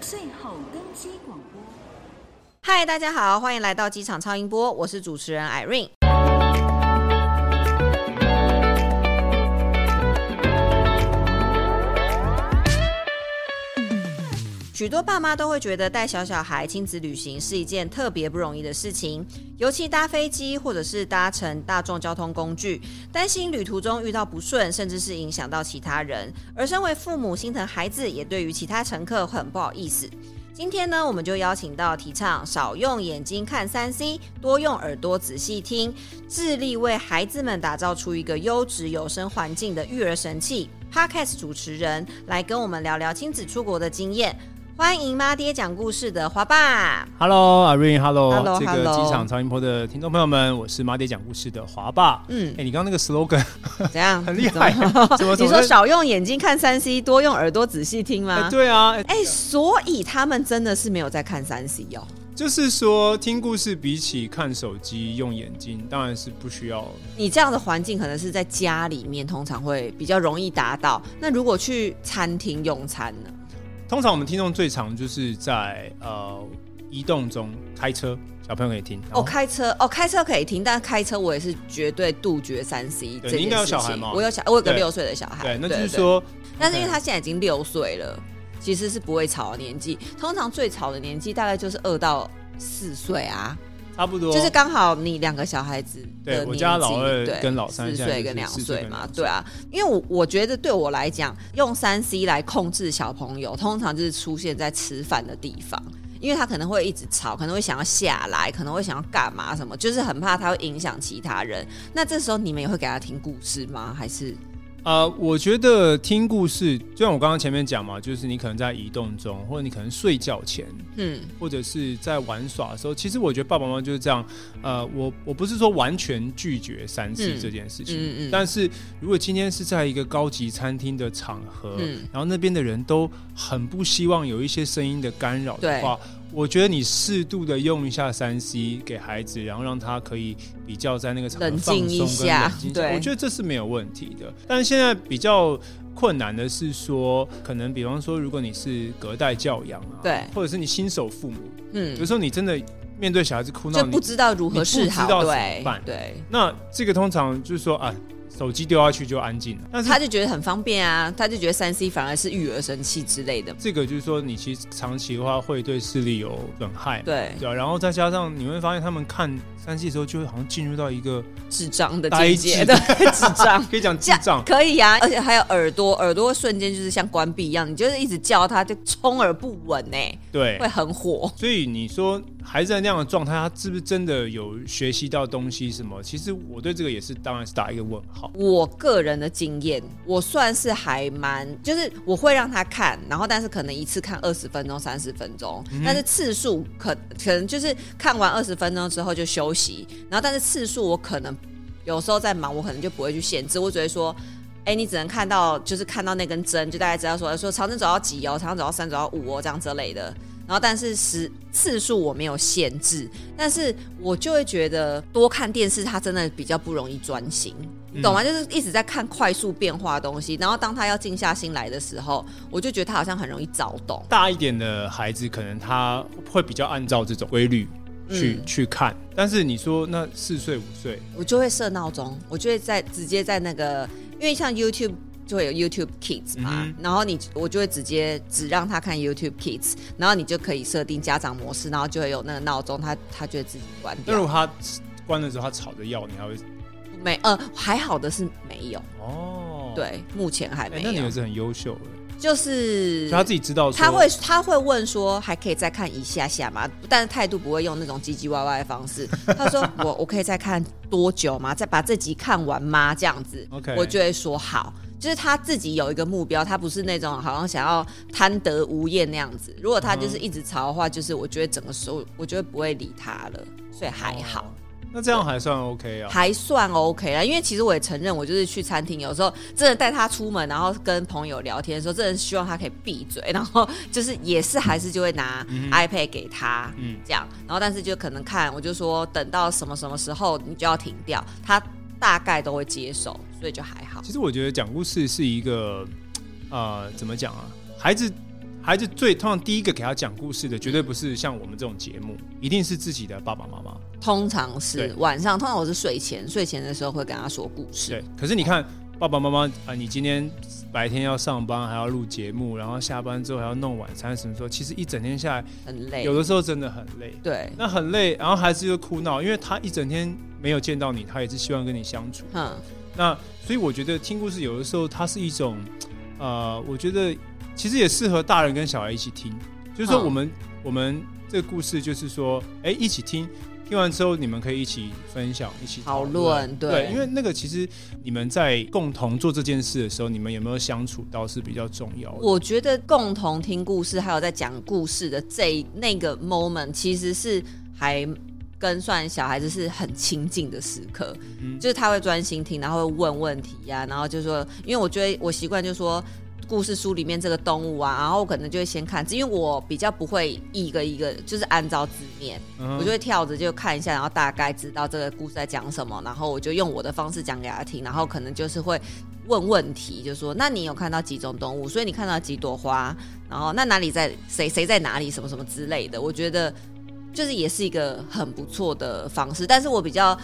最后更新广播。嗨，大家好，欢迎来到机场超音波，我是主持人 Irene。许多爸妈都会觉得带小小孩亲子旅行是一件特别不容易的事情，尤其搭飞机或者是搭乘大众交通工具，担心旅途中遇到不顺，甚至是影响到其他人。而身为父母心疼孩子，也对于其他乘客很不好意思。今天呢，我们就邀请到提倡少用眼睛看三 C，多用耳朵仔细听，致力为孩子们打造出一个优质有声环境的育儿神器 Podcast 主持人，来跟我们聊聊亲子出国的经验。欢迎妈爹讲故事的华 爸， Hello，阿瑞，Hello，, Hello，这个 Hello 机场超音波的听众朋友们，我是马爹讲故事的华爸。嗯哎、，你刚刚那个 slogan 怎样？很厉害 怎么 怎么你怎么说少用眼睛看三 C，多用耳朵仔细听哎、吗？对啊，哎哎、所以他们真的是没有在看三 C 哦。就是说听故事比起看手机用眼睛，当然是不需要。你这样的环境可能是在家里面，通常会比较容易达到。那如果去餐厅用餐呢？通常我们听众最常就是在呃移动中开车，小朋友可以听。然哦，后开车哦，开车可以听，但开车我也是绝对杜绝三 C 这件事你情。应该有小孩嘛我有小，我有个对六岁的小孩。对，那就是，说，但是因为 OK 他现在已经六岁了，其实是不会吵的年纪。通常最吵的年纪大概就是二到四岁啊，差不多就是刚好你两个小孩子的年对纪，我家老二对跟老三四现岁在就是跟两四岁岁跟嘛两，岁对啊，因为我我觉得对我来讲，用三 C 来控制小朋友，通常就是出现在吃饭的地方。因为他可能会一直吵，可能会想要下来，可能会想要干嘛什么，就是很怕他会影响其他人。那这时候你们也会给他听故事吗？还是呃，我觉得听故事，就像我刚刚前面讲嘛，就是你可能在移动中，或者你可能睡觉前，嗯或者是在玩耍的时候，其实我觉得爸爸妈妈就是这样。呃，我我不是说完全拒绝三 C 嗯这件事情，嗯嗯嗯但是如果今天是在一个高级餐厅的场合，嗯然后那边的人都很不希望有一些声音的干扰的话，我觉得你适度的用一下三 C 给孩子，然后让他可以比较在那个场合冷放静松一跟冷静下一对我觉得这是没有问题的。但是现在比较。困难的是说，可能比方说，如果你是隔代教养啊，对或者是你新手父母，有嗯，时候你真的面对小孩子哭闹，就你不知道如何是好你，不知道怎对么办对。那这个通常就是说啊，手机丢下去就安静了。但是他就觉得很方便啊，他就觉得三 C 反而是育儿神器之类的。这个就是说，你其实长期的话会对视力有损害嘛，对，对啊。然后再加上你会发现，他们看三 C 的时候，就会好像进入到一个智障的呆境滞 界的智障。可以讲智这样 障。可以呀、啊，而且还有耳朵，耳朵瞬间就是像关闭一样，你就是一直叫他，就充耳不闻呢、对会，很火。所以你说孩子在那样的状态，他是不是真的有学习到东西什么？其实我对这个也是，当然是打一个问号。我个人的经验，我算是还蛮，就是我会让他看，然后但是可能一次看二十分钟、三十分钟，但是次数可可能就是看完二十分钟之后就休息，然后但是次数我可能有时候在忙，我可能就不会去限制，我只会说。哎、你只能看到，就是看到那根针，就大概知道说说长针走到几哦，长针走到三，走到五哦，这样之类的。然后，但是时次数我没有限制，但是我就会觉得多看电视，它真的比较不容易专心，嗯你懂吗？就是一直在看快速变化的东西，然后当他要静下心来的时候，我就觉得他好像很容易躁动。大一点的孩子，可能他会比较按照这种规律去、嗯去看。但是你说那四岁五岁，我就会设闹钟，我就会在直接在那个，因为像 YouTube 就会有 YouTube Kids 嘛，嗯然后你我就会直接只让他看 YouTube Kids，然后你就可以设定家长模式，然后就会有那个闹钟，他他就会自己关那掉如果。他关的时候他吵着要，你还会没呃，还好的是没有，哦，对，目前还哎、没那你有，儿子很优秀的，就是就他自己知道说他会他会问说还可以再看一下下吗？但是态度不会用那种唧唧歪歪的方 式。他说我我可以再看多久吗？再把这集看完吗？这样子 OK 我就会说好。就是他自己有一个目标，他不是那种好像想要贪得无厌那样子。如果他就是一直吵的话，就是我觉得整个时候我就会不会理他了，所以还好。哦那这样还算 OK 啊。还算 OK 啦，因为其实我也承认，我就是去餐厅，有时候真的带他出门，然后跟朋友聊天的时候，真的希望他可以闭嘴， 然后就是也是还是就会拿 iPad 给他，嗯这样，然后但是就可能看，我就说等到什么什么时候你就要停掉，他大概都会接受，所以就还好。其实我觉得讲故事是一个呃，怎么讲啊？孩子孩子最通常第一个给他讲故事的，绝对不是像我们这种节目，一定是自己的爸爸妈妈。通常对是晚上，通常我是睡前，睡前的时候会跟他说故事。对，可是你看爸爸妈妈啊，你今天白天要上班，还要录节目，然后下班之后还要弄晚餐，什么时候？其实一整天下来，很累有。的时候真的很累。对，那很累，然后孩子就哭闹，因为他一整天没有见到你，他也是希望跟你相处。嗯，那所以我觉得听故事有的时候它是一种，呃，我觉得其实也适合大人跟小孩一起听，就是说嗯我们、我们这个故事就是说，哎、一起听，听完之后你们可以一起分享，一起讨论。论对，对，因为那个其实你们在共同做这件事的时候，你们有没有相处到是比较重要的。我觉得共同听故事，还有在讲故事的这一那个 moment，其实是还跟算小孩子是很亲近的时刻，嗯就是他会专心听，然后会问问题呀、然后就说，因为我觉得我习惯就说。故事书里面这个动物啊，然后我可能就会先看，因为我比较不会一个一个，就是按照字面，嗯哼我就会跳着就看一下，然后大概知道这个故事在讲什么，然后我就用我的方式讲给他听，然后可能就是会问问题，就说那你有看到几种动物，所以你看到几朵花，然后那哪里在谁谁在哪里什么什么之类的，我觉得就是也是一个很不错的方式，但是我比较。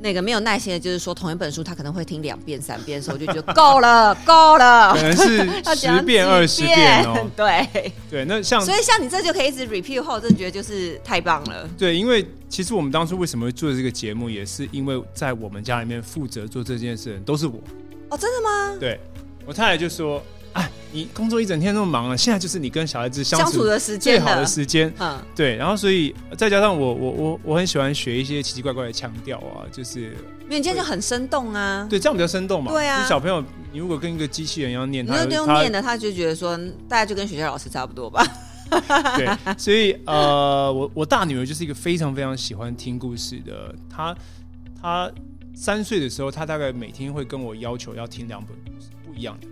那个没有耐心的，就是说同一本书他可能会听两遍、三遍的时候，我就觉得够了，够了可，能是十遍、二十遍哦。对，对，那像所以像你这就可以一直 repeat 后，我真的觉得就是太棒了。对，因为其实我们当初为什么会做这个节目，也是因为在我们家里面负责做这件事的人都是我。哦，真的吗？对我太太就说：“哎，你工作一整天那么忙了，现在就是你跟小孩子相相处处的时最间好了的时间。嗯”对，然后所以再加上我我我我很喜欢学一些奇奇怪怪的腔调啊，就是，因为你今天就很生动啊。对这样比较生动嘛。对啊就是小朋友你如果跟一个机器人一样念你他，就用他念的，他就觉得说，大家就跟学校老师差不多吧。 对，所以呃，我我大女儿就是一个非常非常喜欢听故事的。她她三岁的时候，她大概每天会跟我要求要听两本故事不一样的。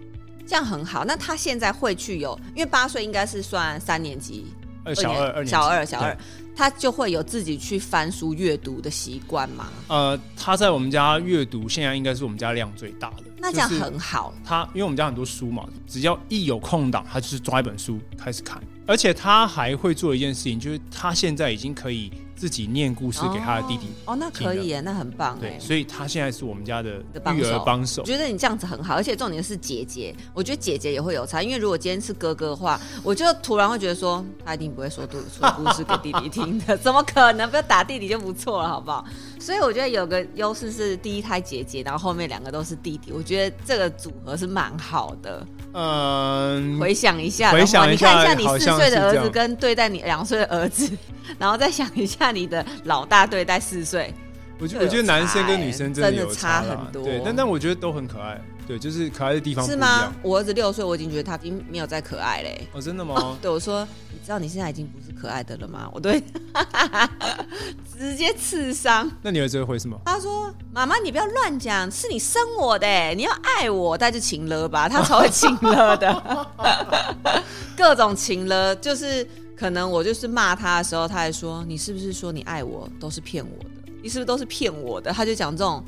这样很好。那他现在会去有，因为八岁应该是算三年级，呃，小二二年级小二小二对，他就会有自己去翻书阅读的习惯嘛。呃，她在我们家阅读，现在应该是我们家量最大的。那这样很好，他因为我们家很多书嘛，只要一有空档，他就是抓一本书开始看。而且他还会做一件事情，就是他现在已经可以自己念故事给他的弟弟。哦，那可以耶，那很棒对，哎。所以他现在是我们家的的帮育儿手帮手我。觉得你这样子很好，而且重点是姐姐，我觉得姐姐也会有差，因为如果今天是哥哥的话，我就突然会觉得说他一定不会说对说故事给弟弟听的， 怎么可能？不要打弟弟就不错了，好不好？所以我觉得有个优势是第一胎姐姐，然后后面两个都是弟弟，我觉得这个组合是蛮好的。嗯，回想一下的话，回想一下你看一下好你四像岁的是这儿样子跟对待你两岁的儿子，然后再想一下你的老大对待四岁，我觉就我有觉得男生跟女生真差欸有真差的差啦很多对，但但我觉得都很可爱，对，就是可爱的地方不是一吗样。？我儿子六岁，我已经觉得他已经没有再可爱嘞、哦，真的吗？哦，对我说，你知道你现在已经不是可爱的了吗？我对， 直接刺伤。那你儿子会回什么？他说：“妈妈，你不要乱讲，是你生我的、欸你要爱我，他就情了吧，他才会情了的。 各种情了，就是可能我就是骂他的时候，他还说你是不是说你爱我都是骗我的，你是不是都是骗我的？他就讲这种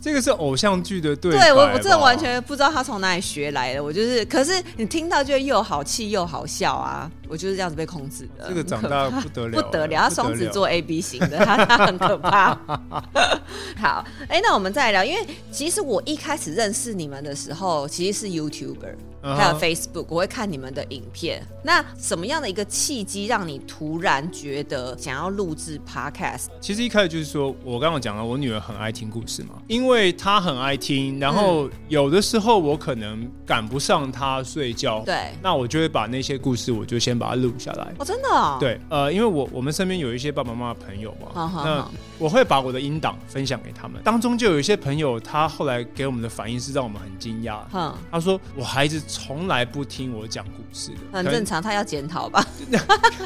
这个是偶像剧的对白吧，对我我真的完全不知道他从哪里学来的，我就是，可是你听到就会又好气又好笑啊，我就是这样子被控制的。这个长很可大不得了，不得了，他不双子座 A B 型的， 他他很可怕。 好，哎、那我们再聊，因为其实我一开始认识你们的时候，其实是 YouTuber，、嗯哼还有 Facebook，我会看你们的影片。那什么样的一个契机让你突然觉得想要录制 Podcast？其实一开始就是说，我刚刚讲了，我女儿很爱听故事嘛，因为她很爱听，然嗯后有的时候我可能赶不上她睡觉，对，那我就会把那些故事，我就先把它录下来。哦，真的、哦，，对，呃，因为我我们身边有一些爸爸妈妈的朋友嘛，好好那好我会把我的音档分享给他们。当中就有一些朋友，他后来给我们的反应是让我们很惊讶。哼、他说：“我孩子从来不听我讲故事的，很正常，他要检讨吧？可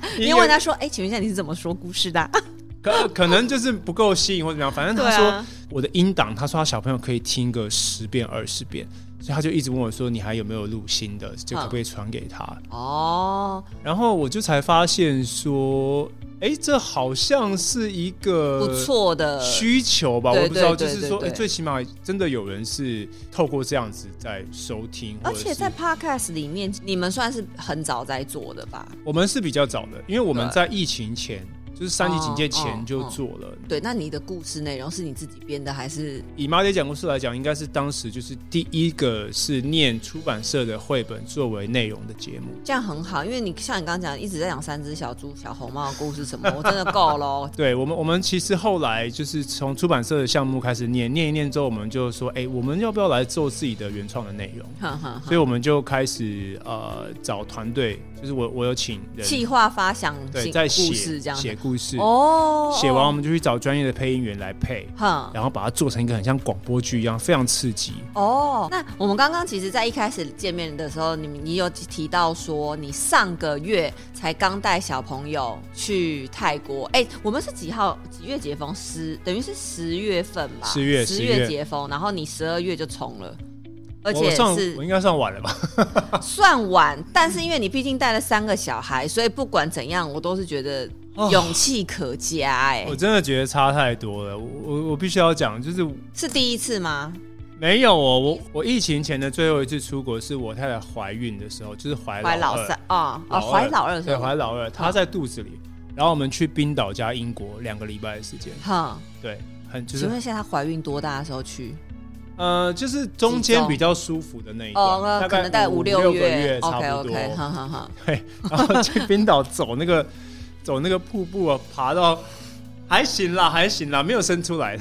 能你因有问为他说：“哎、请问一下，你是怎么说故事的啊、 可可能就是不够吸引或怎么样。反正他对说、啊我的音档，他说他小朋友可以听个十遍二十遍，所以他就一直问我说：你还有没有录新嗯的？就可不可以传给他？哦，然后我就才发现说，哎、哎、这好像是一个不错的，需求吧，对我不知道，就对对是说，对哎，对最起码真的有人是透过这样子在收听，而或者且是在 podcast 里面，你们算是很早在做的吧？我们是比较早的，因为我们对在疫情前，就是三级警戒哦前哦就哦做了。对，那你的故事内容是你自己编的还是？以马姐讲故事来讲，应该是当时就是第一个是念出版社的绘本作为内容的节目。。这样很好，因为你像你刚刚讲，一直在讲三只小猪、小红帽的故事什么，我真的够喽对我们，我们其实后来就是从出版社的项目开始念，念一念之后，我们就说，哎、我们要不要来做自己的原创的内容？哼哼所哼，以我们就开始呃找团队，就是我我有请人气化发想对型在故写事这样写子故事，哦，写完我哦们就去找专业的配音员来配，哼。然后把它做成一个很像广播剧一样，非常刺激。哦，那我们刚刚其实，在一开始见面的时候，你们你有提到说，你上个月才刚带小朋友去泰国。哎、我们是几号几月解封？十等于是十月份吧？ 10月十10月解封，然后你十二月就冲了，而我且上是我应该算晚了吧？算晚，但是因为你毕竟带了三个小孩，所以不管怎样，我都是觉得哦勇气可嘉、哎、我真的觉得差太多了。我我我必须要讲，就是是第一次吗？没有我我我疫情前的最后一次出国是我太太怀孕的时候，就是怀怀老老二三啊啊，老二怀老二是对，吗？怀老二，她在肚子里。然后我们去冰岛加英国两个礼拜的时间，哼，对，很就请是问一下，她怀孕多大的时候去？呃，就是中集间中比较舒服的那一段，哦，呃可能大概五五六六个月差 OK 不多。 OK，哈哈哈。然后去冰岛走那个走那个瀑布啊，爬到还行啦，还行啦，没有生出来。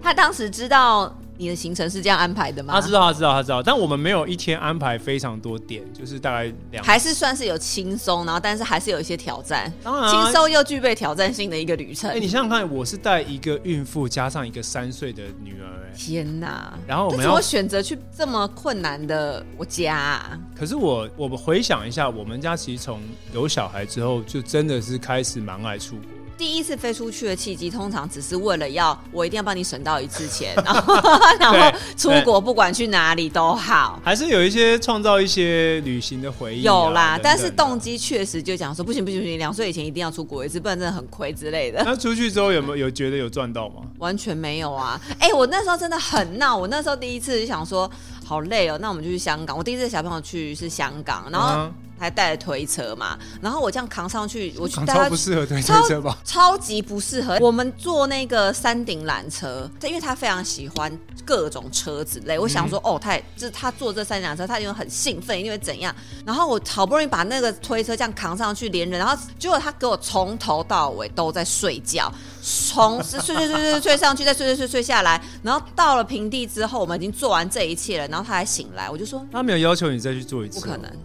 他当时知道你的行程是这样安排的吗？啊他知道，他知道，他知道，但我们没有一天安排非常多点，就是大概两。还是算是有轻松，然后但是还是有一些挑战，当然、轻啊，松又具备挑战性的一个旅程哎、。你想想看，我是带一个孕妇加上一个三岁的女儿、哎，天哪！然后我这们怎么要，选择去这么困难的国家啊？可是我我们回想一下，我们家其实从有小孩之后，就真的是开始蛮爱出国。第一次飞出去的契机，通常只是为了要我一定要帮你省到一次钱，然后 然后出国不管去哪里都好。还是有一些创造一些旅行的回忆啊、有啦，等等的但是动机确实就讲说不行不行不行，两岁以前一定要出国一次，不然真的很亏之类的。 那出去之后有没有有觉得有赚到吗？完全没有啊！哎、我那时候真的很闹，我那时候第一次就想说好累哦，那我们就去香港。我第一次带小朋友去是香港，然后嗯哼还带了推车嘛，然后我这样扛上去，我去港带超他不适合推推超车吧？超级不适合。我们坐那个山顶缆车，因为他非常喜欢各种车子类。我想说，哦，他也就是他坐这山顶缆车，他一定会很兴奋，一定会怎样。然后我好不容易把那个推车这样扛上去，连人，然后结果他给我从头到尾都在睡觉，从睡睡睡睡睡睡上去，再睡睡睡睡下来。然后到了平地之后，我们已经做完这一切了，然后他还醒来，我就说他没有要求你再去做一次，哦不可。能。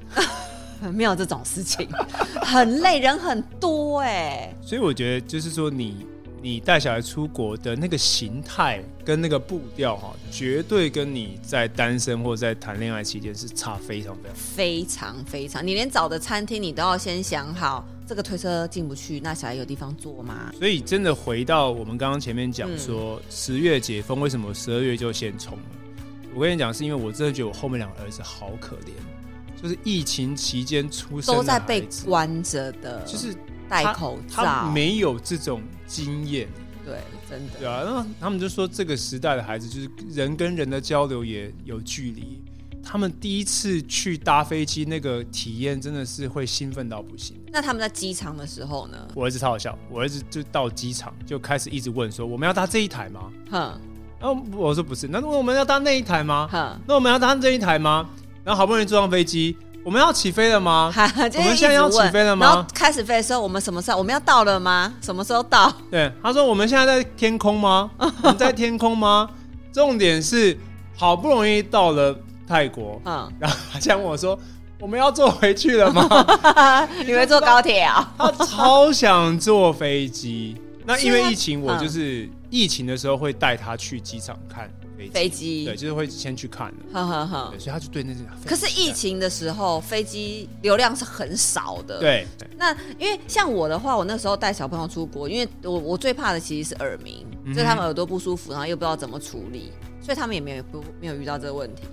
没有这种事情，很累，人很多哎、所以我觉得就是说你。你带小孩出国的那个形态跟那个步调哈、绝对跟你在单身或在谈恋爱期间是差非常非常。非常非常，你连找的餐厅你都要先想好，这个推车进不去，那小孩有地方坐吗？所以真的回到我们刚刚前面讲嗯说，十、月解封，为什么十二月就先冲了？我跟你讲，是因为我真的觉得我后面两个儿子好可怜，就是疫情期间出生的都在孩被子关着的，就是戴口他罩，没有这种经验，对，真的对啊，那他们就说这个时代的孩子就是人跟人的交流也有距离。他们第一次去搭飞机，那个体验真的是会兴奋到不行。那他们在机场的时候呢？我儿子超好笑，我儿子就到机场就开始一直问说：“我们要搭这一台吗哼？”然后我说：“不是。”那我们要搭那一台吗？哼，那我们要搭这一台吗？然后好不容易坐上飞机，我们要起飞了吗？哈哈，啊我们现在要起飞了吗然后开始飞的时候，我们什么时候？我们要到了吗？什么时候到？对，他说我们现在在天空吗？我们在天空吗？重点是好不容易到了泰国， 嗯，然后他想问我说我们要坐回去 了吗？你们坐高铁啊？他超想坐飞机。那因是为啊疫情，我就是疫情的时候会带他去机场看飞机，飞对，机？就是会先去看的，哼哼哼对，。所以他就对那些。可是疫情的时候，飞机流量是很少的。。对，那因为像我的话，我那时候带小朋友出国，因为我我最怕的其实是耳鸣，嗯所以他们耳朵不舒服，然后又不知道怎么处理，所以他们也没有不没有遇到这个问题。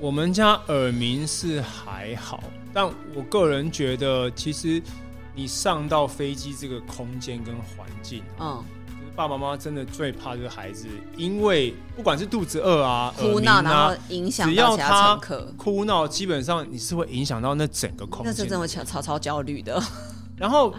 我们家耳鸣是还好，但我个人觉得，其实你上到飞机这个空间跟环境，嗯，就是爸爸妈妈真的最怕就是孩子，因为不管是肚子饿啊、哭闹耳然鸣后啊，影响只到要其他他乘客，哭闹，基本上你是会影响到那整个空那是间真。的超超超焦虑 的。然后，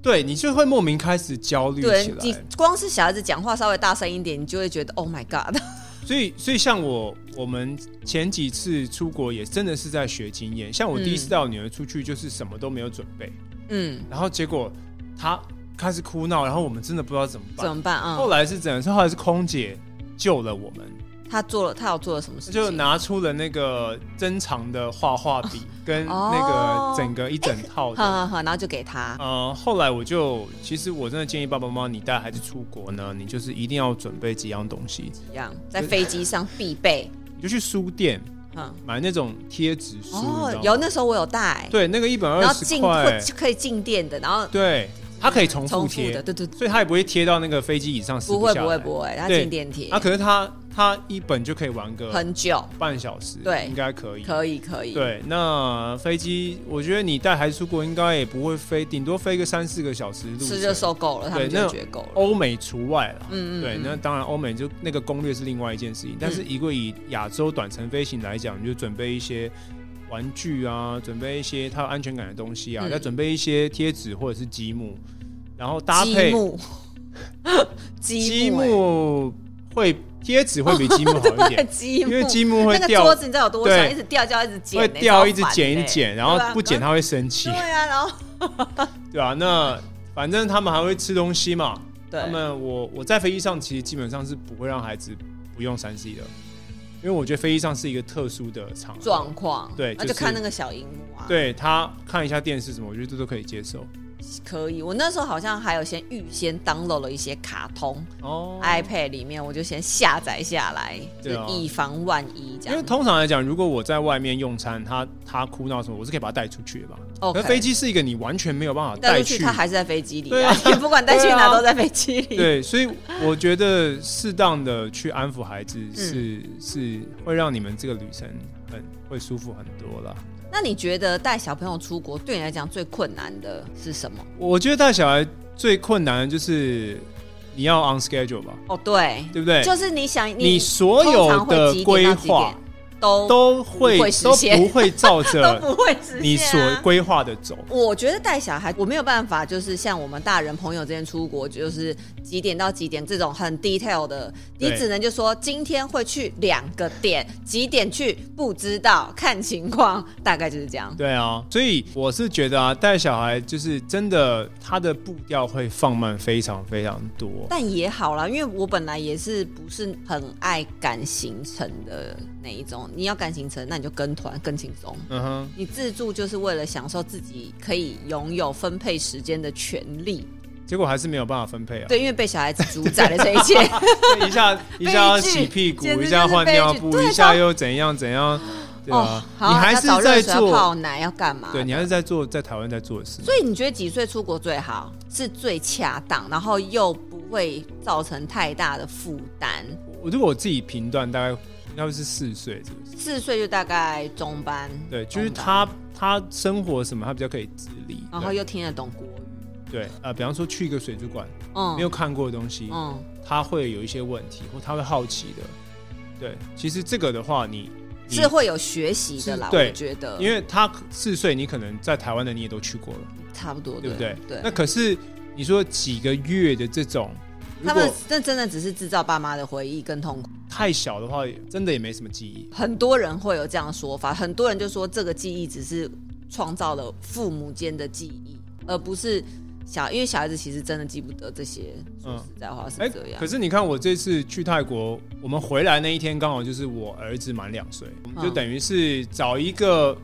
对你就会莫名开始焦虑对起你来。光是小孩子讲话稍微大声一点，你就会觉得 Oh my God！ 所以，所以像我，我们前几次出国也真的是在学经验。像我第一次带我女儿出去，就是什么都没有准备，嗯，然后结果她开始哭闹，然后我们真的不知道怎么办。怎么办啊后？来是怎样？是后来是空姐救了我们，他做了，他有做了什么事情？就拿出了那个珍藏的画画笔跟那哦个整个一整套呵的。呵呵，然后就给他。呃，后来我就其实我真的建议爸爸妈妈，你带孩子出国呢，你就是一定要准备几样东西，一样，在飞机上必备。你就去书店嗯，买那种贴纸书，你哦知道，吗有那时候我有带，对那个一本然二后十进块会，可以进店的，然后对，它可以重复重复贴的，，对对，对所以它也不会贴到那个飞机椅上撕不会下不会来不会，他对进电梯啊，可是它它一本就可以玩个很久，半小时，对应该可以。可以可以，对，那飞机，我觉得你带孩子出国应该也不会飞，顶多飞个三四个小时路吃就程。受够了，他们对那就觉得够了。欧美除外了，嗯嗯对，嗯那当然欧美就那个攻略是另外一件事情，但是一个以亚洲短程飞行来讲，你就准备一些玩具啊，准备一些它有安全感的东西啊，嗯要准备一些贴纸或者是积木，然后搭积配 木，积积木会贴纸会比积木好一对点，哎 积木，因为积木会那个掉桌子你知道有多长，对一直掉就要一直捡 会欸，掉，超一直烦剪 一的直剪，然后对啊不剪他会生气对。啊，然后对啊，那反正他们还会吃东西嘛。他对，们我我在飞机上其实基本上是不会让孩子不用三 C 的，因为我觉得飞机上是一个特殊的场合。状况，对那就就是看那个小荧幕啊，，对他看一下电视什么，我觉得这都可以接受。可以。我那时候好像还有先预先 download 了一些卡通哦 iPad 里面，我就先下载下来，就对啊以防万一这因为样。通常来讲，如果我在外面用餐，他他哭闹什么，我是可以把他带出去的吧。 OK 可飞机是一个你完全没有办法带带出去，他还是在飞机里、 对啊你不管带去对啊哪都在飞机里。对，啊所以我觉得适当的去安抚孩子是、嗯是会让你们这个旅程很会舒服很多啦。那你觉得带小朋友出国对你来讲最困难的是什么？我觉得带小孩最困难的就是你要 on schedule 吧，哦，对，对不对？就是你想你你所有的规划都都会不会实都现不会照 着不会实现、啊。你所规划的走。我觉得带小孩，我没有办法，就是像我们大人朋友之间出国，就是几点到几点这种很 detail 的，你对只能就说今天会去两个点，几点去不知道，看情况，大概就是这样。对啊，所以我是觉得啊，带小孩就是真的，他的步调会放慢非常非常多。但也好啦，因为我本来也是不是很爱赶行程的那一种。你要赶行程，那你就跟团更轻松。嗯哼，你自助就是为了享受自己可以拥有分配时间的权利，结果还是没有办法分配啊。对，因为被小孩子主宰了这一切。一下一下要洗屁股，简直就是一下换尿布悲剧，对啊一下又怎样怎样，对哦吧，？好，你还是要找在热水要泡做，奶要干嘛？对你还是在做在台湾在做的事。所以你觉得几岁出国最好，是最恰当，然后又不会造成太大的负担？我如果我自己评断，大概应该会是四岁，是不是？四岁就大概中班，对，就是中班，他他生活什么，他比较可以自理。然后对又听得懂国语，对，呃，比方说去一个水族馆，嗯，没有看过的东西，嗯，他会有一些问题，或他会好奇的。对，其实这个的话，你你是会有学习的啦，是对我觉得，因为他四岁，你可能在台湾的你也都去过了，差不多，对不对？对那，可是你说几个月的这种，如他们果那真的只是制造爸妈的回忆跟痛苦。太小的话，真的也没什么记忆。很多人会有这样的说法，很多人就说这个记忆只是创造了父母间的记忆，而不是小，因为小孩子其实真的记不得这些。说嗯实在话是哎这样。可是你看，我这次去泰国，我们回来那一天刚好就是我儿子满两岁，我们就嗯等于是找一个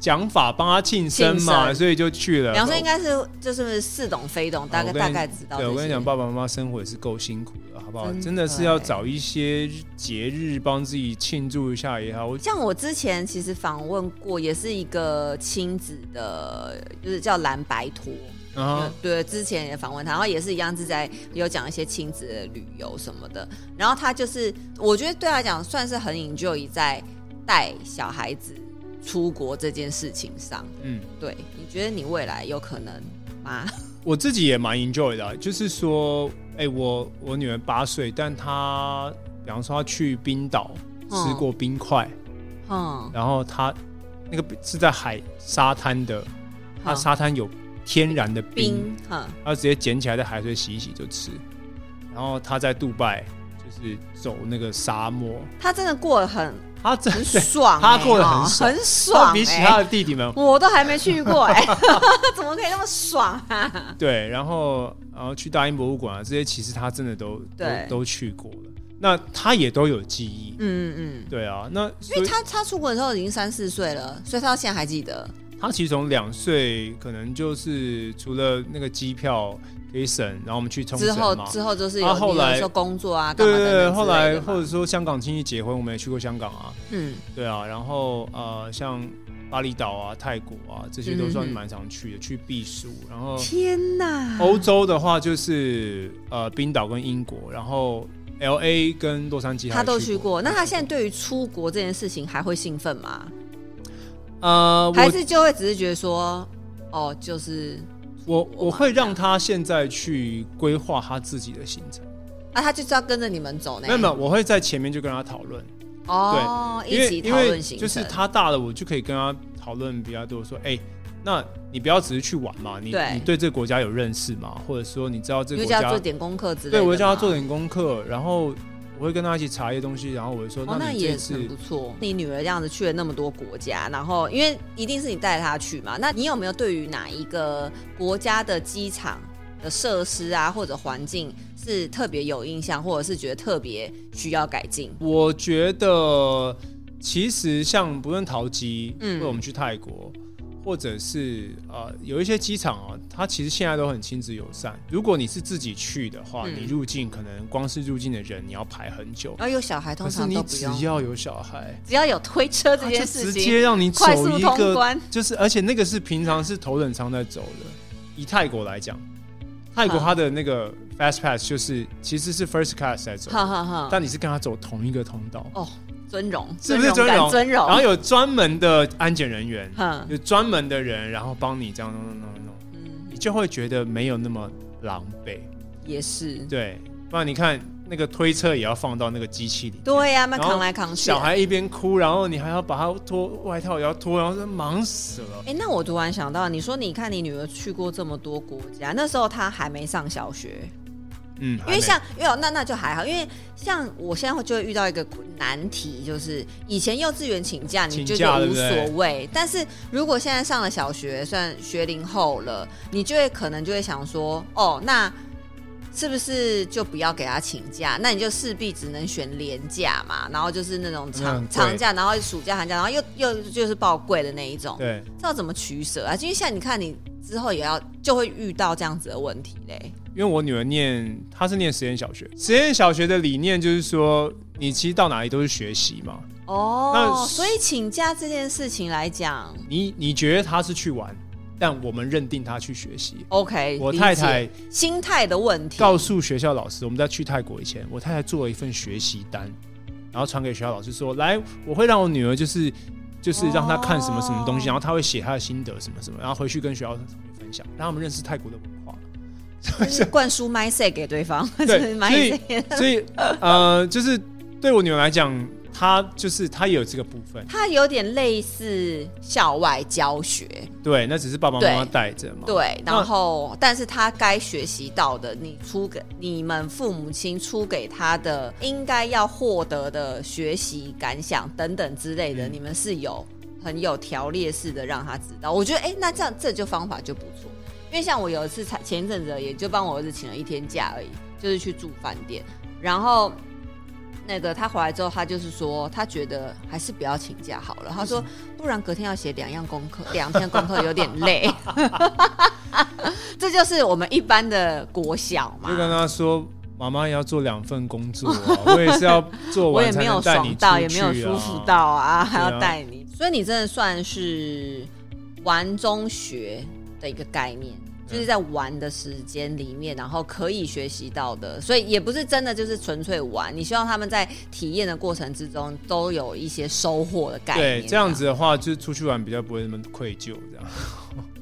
讲法帮他庆生庆嘛，生所以就去了。两岁应该是就是似懂非懂，大啊概我跟你大概知道这些。对，我跟你讲，爸爸妈妈生活也是够辛苦的，好不好？真真的的是要找一些节日帮自己庆祝一下也好。我像我之前其实访问过，也是一个亲子的，就是叫蓝白托。啊嗯，对，之前也访问他，然后也是一样是在有讲一些亲子的旅游什么的。然后他就是，我觉得对他来讲算是很 enjoy 在带小孩子出国这件事情上。嗯，对，你觉得你未来有可能妈，我自己也蛮 enjoy 的啊、就是说，哎、我我女儿八岁，但她比方说她去冰岛嗯吃过冰块，嗯，然后她那个是在海沙滩的，它好沙滩有天然的冰，冰，哈，她直接捡起来在海水洗一洗就吃。然后她在杜拜就是走那个沙漠，他真的过得很她真很的爽、欸，他过得哦很爽很她爽、比起欸她的弟弟们我都还没去过 哎、怎么可以那么爽啊？对，然后然后去大英博物馆啊，这些其实他真的都都对都去过了，那他也都有记忆，嗯嗯，对啊，那因所为以他他出国的时候已经三四岁了，所以他到现在还记得。他其实从两岁可能就是除了那个机票可以省，然后我们去冲之绳后嘛。之后就是有啊后来你有时候工作啊，对干嘛对等对，等后之类来的嘛或者说香港亲戚结婚，我们也去过香港啊，嗯对啊，然后呃，像巴厘岛啊、泰国啊，这些都算嗯哼蛮常去的，去避暑。然后天哪，哦欧洲的话就是呃冰岛跟英国，然后 L A 跟洛杉矶他都去去过。那他现在对于出国这件事情还会兴奋吗？呃，还我是就会只是觉得说，哦，就是我我我会让他现在去规划他自己的行程，啊，他就是要跟着你们走呢？没有没有，我会在前面就跟他讨论，哦，因一为起因讨为论行程，就是他大了，我就可以跟他讨论比较多，说哎、那你不要只是去玩嘛，你对你对这个国家有认识吗？或者说你知道这因为个国就要家做？点功课之类的。对，我会叫他做。点功课，然后我会跟他一起查一些东西，然后我就说，哦，那你也这次很不错。你女儿这样子去了那么多国家，然后因为一定是你带她去嘛，那你有没有对于哪一个国家的机场的设施啊，或者环境是特别有印象，或者是觉得特别需要改进？我觉得其实像不论淘机，嗯嗯，或者我们去泰国，或者是呃有一些机场啊，它其实现在都很亲子友善。如果你是自己去的话，嗯你入境可能光是入境的人你要排很久，然后有小孩通可是常你都不只用，要有小孩。只要有推车这他件就事直情，接让你快速走一通个关，就是而且那个是平常是头等舱在走的。以泰国来讲，泰国好它的那个 fast pass 就是其实是 first class 在走，哈哈哈。但你是跟他走同一个通道。哦，尊荣，是不是尊尊感荣？尊荣，然后有专门的安检人员，哼，有专门的人，然后帮你这样弄弄弄弄，嗯，你就会觉得没有那么狼狈。也是，对，不然你看那个推车也要放到那个机器里，对呀、那然后扛来扛去。小，孩一边哭，然后你还要把他脱外套也要脱，然后就忙死了。哎、那我突然想到，你说你看你女儿去过这么多国家，那时候她还没上小学，嗯，因还为没像因为哦那那就还好，因为像我现在就会遇到一个难题，就是以前幼稚园请假你请就假觉得无对不对所谓，但是如果现在上了小学，算学龄后了，你就会可能就会想说，哦，那是不是就不要给他请假？那你就势必只能选年假嘛，然后就是那种那长很贵长假，然后暑假、寒假，然后又又就是报贵的那一种，对，这要怎么取舍啊？因为像你看，你之后也要就会遇到这样子的问题嘞。因为我女儿念，她是念实验小学，实验小学的理念就是说，你其实到哪里都是学习嘛。哦，那所以请假这件事情来讲你你觉得她是去玩，但我们认定她去学习。 ，OK，我理太解太心态的问题，告诉学校老师，我们在去泰国以前，我太太做了一份学习单，然后传给学校老师说，来，我会让我女儿就是就是让她看什么什么东西，哦然后她会写她的心得什么什么，然后回去跟学校同学分享，让他们认识泰国的文 化。就是灌输 my say 给对方，对 就是 my say。 所以呃，就是对我女儿来讲，她就是她也有这个部分，它有点类似校外教学，对，那只是爸爸妈妈对带着嘛。对，那然后但是他该学习到的，你出给你们父母亲出给他的，应该要获得的学习感想等等之类的，嗯你们是有很有条列式的让他知道。我觉得，哎，那这样这就方法就不错，因为像我有一次才前一阵子也就帮我儿子请了一天假而已，就是去住饭店，然后。那个他回来之后，他就是说，他觉得还是不要请假好了。他说，不然隔天要写两样功课，两天功课有点累。 这就是我们一般的国小嘛就。跟她说。妈妈也要做两份工作、啊， 我也是要做我完也才没能有带你爽出去、到，啊、也没有舒服到啊，还对要啊带你，所以你真的算是玩中学的一个概啊念，就是在玩的时间里面，然后可以学习到的，所以也不是真的就是纯粹玩，你希望他们在体验的过程之中都有一些收获的概念，啊对，这样子的话，就是出去玩比较不会那么愧疚，这样。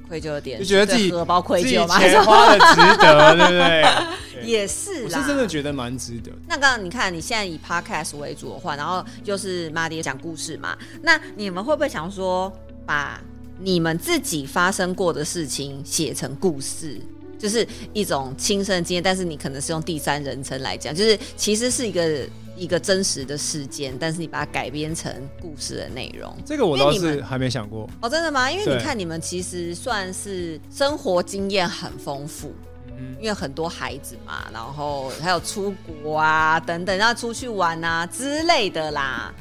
愧疚的点就觉得是自己嗯荷包愧自己疚吗？钱花的值得，对不对？对也是我啦，是真的觉得蛮值得的。那刚刚你看，你现在以 podcast 为主的话，然后又是妈爹讲故事嘛，那你们会不会想说，把你们自己发生过的事情写成故事，就是一种亲身经验，但是你可能是用第三人称来讲，就是其实是一个一个真实的事件，但是你把它改编成故事的内容。这个我因为倒你们是还没想过。哦，真的吗？因为对你看，你们其实算是生活经验很丰富，嗯因为很多孩子嘛，然后还有出国啊等等，要出去玩啊之类的啦，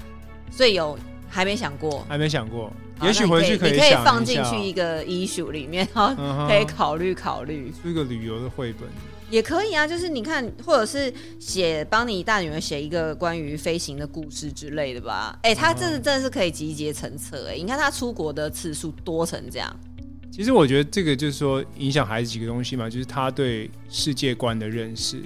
所以有还没想过。还没想过，好也许那回你去可以，你以想放一进下去一个 issue 里面，然后嗯哼可以考虑考虑，出一个旅游的绘本，也可以啊。就是你看，或者是写帮你大女儿写一个关于飞行的故事之类的吧。哎、她这嗯真的是可以集结成册哎、你看她出国的次数多成这样，其实我觉得这个就是说影响孩子几个东西嘛，就是他对世界观的认识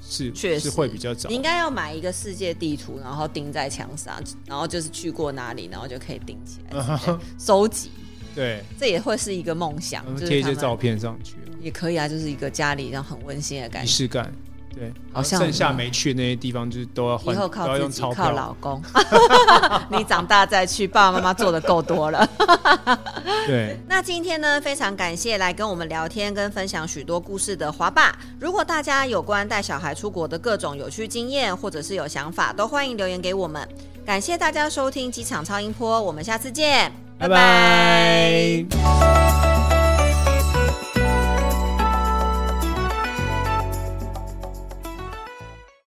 是确实是会比较早你。应该要买一个世界地图，然后钉在墙上，然后就是去过哪里，然后就可以钉起来嗯哼，收集。对，这也会是一个梦想然，后就是贴一他些们照片上去，也可以啊，就是一个家里让很温馨的感仪觉。式感。对，好像剩下没去那些地方，就是都要以换，后都靠要自用己，钞靠票。老公。 你长大再去，爸爸妈妈做的够多了。 对，那今天呢，非常感谢来跟我们聊天跟分享许多故事的华爸。如果大家有关带小孩出国的各种有趣经验，或者是有想法，都欢迎留言给我们。感谢大家收听机场超音波，我们下次见，拜拜